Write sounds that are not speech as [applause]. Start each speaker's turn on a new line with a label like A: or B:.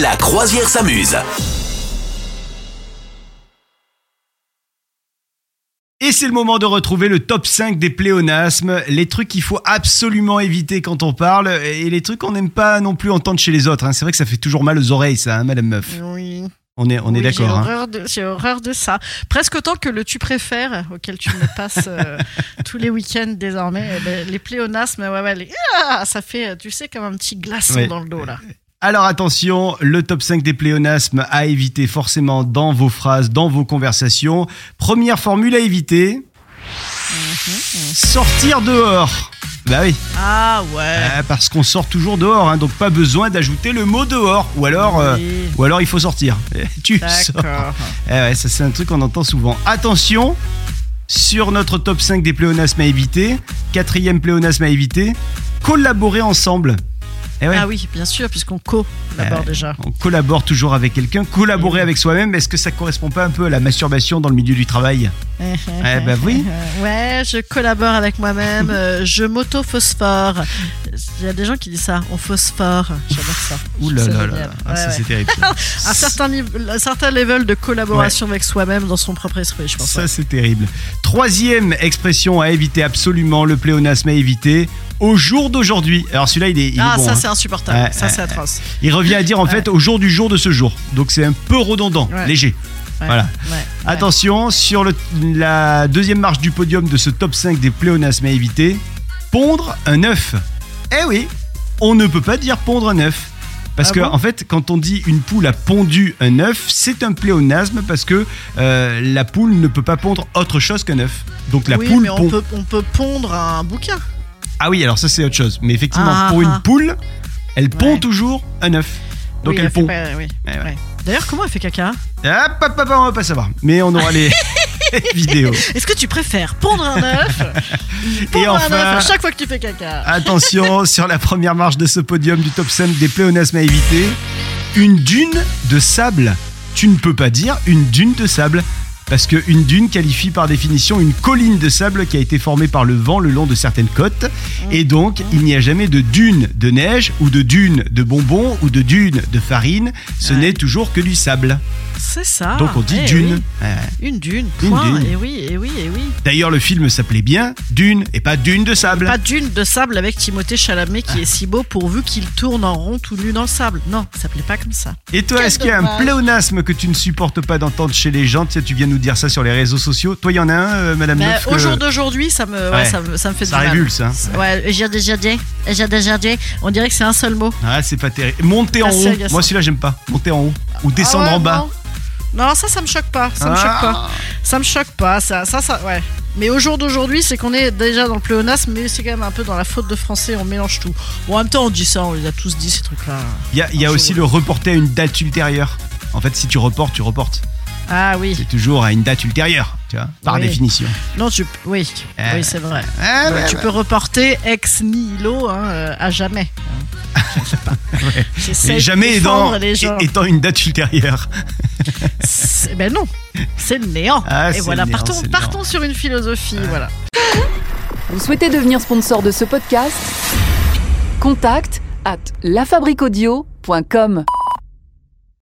A: La croisière s'amuse.
B: Et c'est le moment de retrouver le top 5 des pléonasmes, les trucs qu'il faut absolument éviter quand on parle et les trucs qu'on n'aime pas non plus entendre chez les autres. hein. C'est vrai que ça fait toujours mal aux oreilles, ça, hein, Madame Meuf.
C: Oui.
B: On est, on est
C: Oui, J'ai
B: d'accord. hein.
C: horreur, de- j'ai horreur de ça. Presque autant que le tu préfères, auquel tu me passes
B: [laughs]
C: euh, tous les week-ends désormais. eh ben, les pléonasmes, ouais, ouais, les- Ah ça fait, euh, tu sais, comme un petit glaçon
B: Ouais.
C: dans le dos, là.
B: Alors attention, le top 5 des pléonasmes à éviter forcément dans vos phrases, dans vos conversations. Première formule à éviter sortir dehors. Bah oui,
C: Ah Mm-hmm. ouais.
B: euh, parce qu'on sort toujours dehors, hein, donc pas besoin d'ajouter le mot dehors. Ou alors, euh,
C: Oui,
B: ou alors il faut sortir. [laughs] tu [laughs] sors.
C: D'accord.
B: Eh ouais, ça c'est un truc qu'on entend souvent. Attention, sur notre top 5 des pléonasmes à éviter, quatrième pléonasme à éviter, collaborer ensemble. Eh ouais,
C: Ah oui, bien sûr, puisqu'on co
B: [laughs]
C: d'abord déjà. [laughs]
B: on collabore toujours avec quelqu'un, collaborer
C: Eh oui.
B: avec soi-même, est-ce que ça correspond pas un peu à la masturbation dans le milieu du
C: [laughs]
B: travail Eh ben oui.
C: Ouais, je collabore avec moi-même, euh, je m'auto-phosphore. Il y a des gens qui disent ça, on phosphore. J'adore ça.
B: Ouh là
C: C'est
B: là là,
C: génial.
B: ah,
C: Ouais,
B: ça
C: ouais.
B: c'est terrible.
C: [laughs] un certain, niveau- un certain level de collaboration avec soi-même dans son propre esprit, je pense.
B: Ça c'est terrible. Troisième expression à éviter absolument, le pléonasme à éviter, au jour d'aujourd'hui. Alors celui-là il est, il est
C: ah,
B: bon,
C: ça
B: hein.
C: c'est insupportable,
B: Ouais,
C: ça
B: ouais,
C: c'est atroce.
B: Il revient à dire en fait au jour du jour de ce jour. Donc c'est un peu redondant,
C: Ouais.
B: léger.
C: Ouais,
B: Voilà.
C: ouais, ouais.
B: Attention, sur le- la deuxième marche du podium de ce top 5 des pléonasmes à éviter, pondre un œuf. Eh oui, on ne peut pas dire pondre un œuf. Parce
C: Ah
B: que,
C: bon
B: en fait, quand on dit une poule a pondu un œuf, c'est un pléonasme parce que euh, la poule ne peut pas pondre autre chose qu'un œuf. Donc la
C: oui,
B: poule
C: mais on
B: pond.
C: peut, on peut pondre un bouquin.
B: Ah oui, alors ça, c'est autre chose. Mais effectivement,
C: Ah,
B: pour une
C: ah.
B: poule, elle pond
C: Ouais.
B: toujours un œuf. Donc
C: Oui,
B: elle
C: fait
B: pond. Eh
C: pas- oui,
B: Ouais, ouais.
C: ouais. D'ailleurs, comment elle fait caca
B: Ah, papa, on va pas savoir. Mais on aura
C: [laughs]
B: les vidéos.
C: Est-ce que tu préfères pondre
B: [laughs]
C: un œuf Pondre
B: enfin-
C: un œuf à chaque fois que tu fais caca.
B: Attention, sur la première marche de ce podium du top 5 des pléonasmes à éviter, une dune de sable. Tu ne peux pas dire une dune de sable. Parce qu'une dune qualifie par définition une colline de sable qui a été formée par le vent le long de certaines côtes. Et donc, il n'y a jamais de dune de neige ou de dune de bonbons ou de dune de farine. Ce
C: Ouais.
B: n'est toujours que du sable.
C: C'est ça.
B: donc, on dit
C: Eh
B: dune.
C: oui.
B: Ouais.
C: Une dune,
B: Une
C: point.
B: dune.
C: Et oui, et oui, et oui.
B: D'ailleurs, le film s'appelait bien Dune et pas Dune de sable.
C: Pas dune de sable avec Timothée Chalamet qui est si beau pourvu qu'il tourne en rond tout nu dans le sable. Non, ça plaît pas comme ça.
B: Et toi,
C: Quel
B: est-ce qu'il y a un
C: dommage.
B: pléonasme que tu ne supportes pas d'entendre chez les gens Tiens, tu viens nous dire ça sur les réseaux sociaux. Toi, il y en a un, euh, Madame
C: Bah,
B: Meuf
C: au
B: que-
C: jour d'aujourd'hui, ça me, ouais,
B: Ouais.
C: ça me, ça me fait
B: Ça
C: du mal.
B: révulse, hein.
C: Ouais, j'ai déjà dit, j'ai déjà dit. On dirait que c'est un seul mot.
B: Ah, c'est pas terrible. Monter en
C: Ah, c'est
B: haut.
C: agaçant.
B: Moi, celui-là, j'aime pas. Monter en haut. Ou descendre
C: Ah ouais,
B: en bas.
C: Non. Non, ça, ça me choque pas. Ça me
B: Ah.
C: choque pas. Ça me choque pas. Ça, ça, ça ouais. Mais au jour d'aujourd'hui, c'est qu'on est déjà dans le pléonasme, mais c'est quand même un peu dans la faute de français, on mélange tout. Bon, en même temps, on dit ça, on les a tous dit ces trucs-là.
B: Il y a, il y a
C: Un
B: aussi
C: jour.
B: le reporter à une date ultérieure. En fait, si tu reportes, tu reportes.
C: Ah oui.
B: C'est toujours à une date ultérieure, tu vois, par
C: Oui.
B: définition.
C: Non, tu. Oui,
B: Ah.
C: oui c'est vrai.
B: Ah,
C: Ouais,
B: bah,
C: tu peux reporter ex nihilo hein, euh,
B: [laughs]
C: à jamais. hein. Je sais pas. J'essaie
B: mais
C: de
B: jamais
C: défendre
B: aidant-
C: les gens.
B: étant une date ultérieure.
C: C'est- Ben non, c'est le néant.
B: Ah, c'est
C: et voilà,
B: le néant,
C: partons,
B: c'est le
C: partons sur une philosophie. Voilà.
D: Vous souhaitez devenir sponsor de ce podcast Contact à lafabriquaudio.com.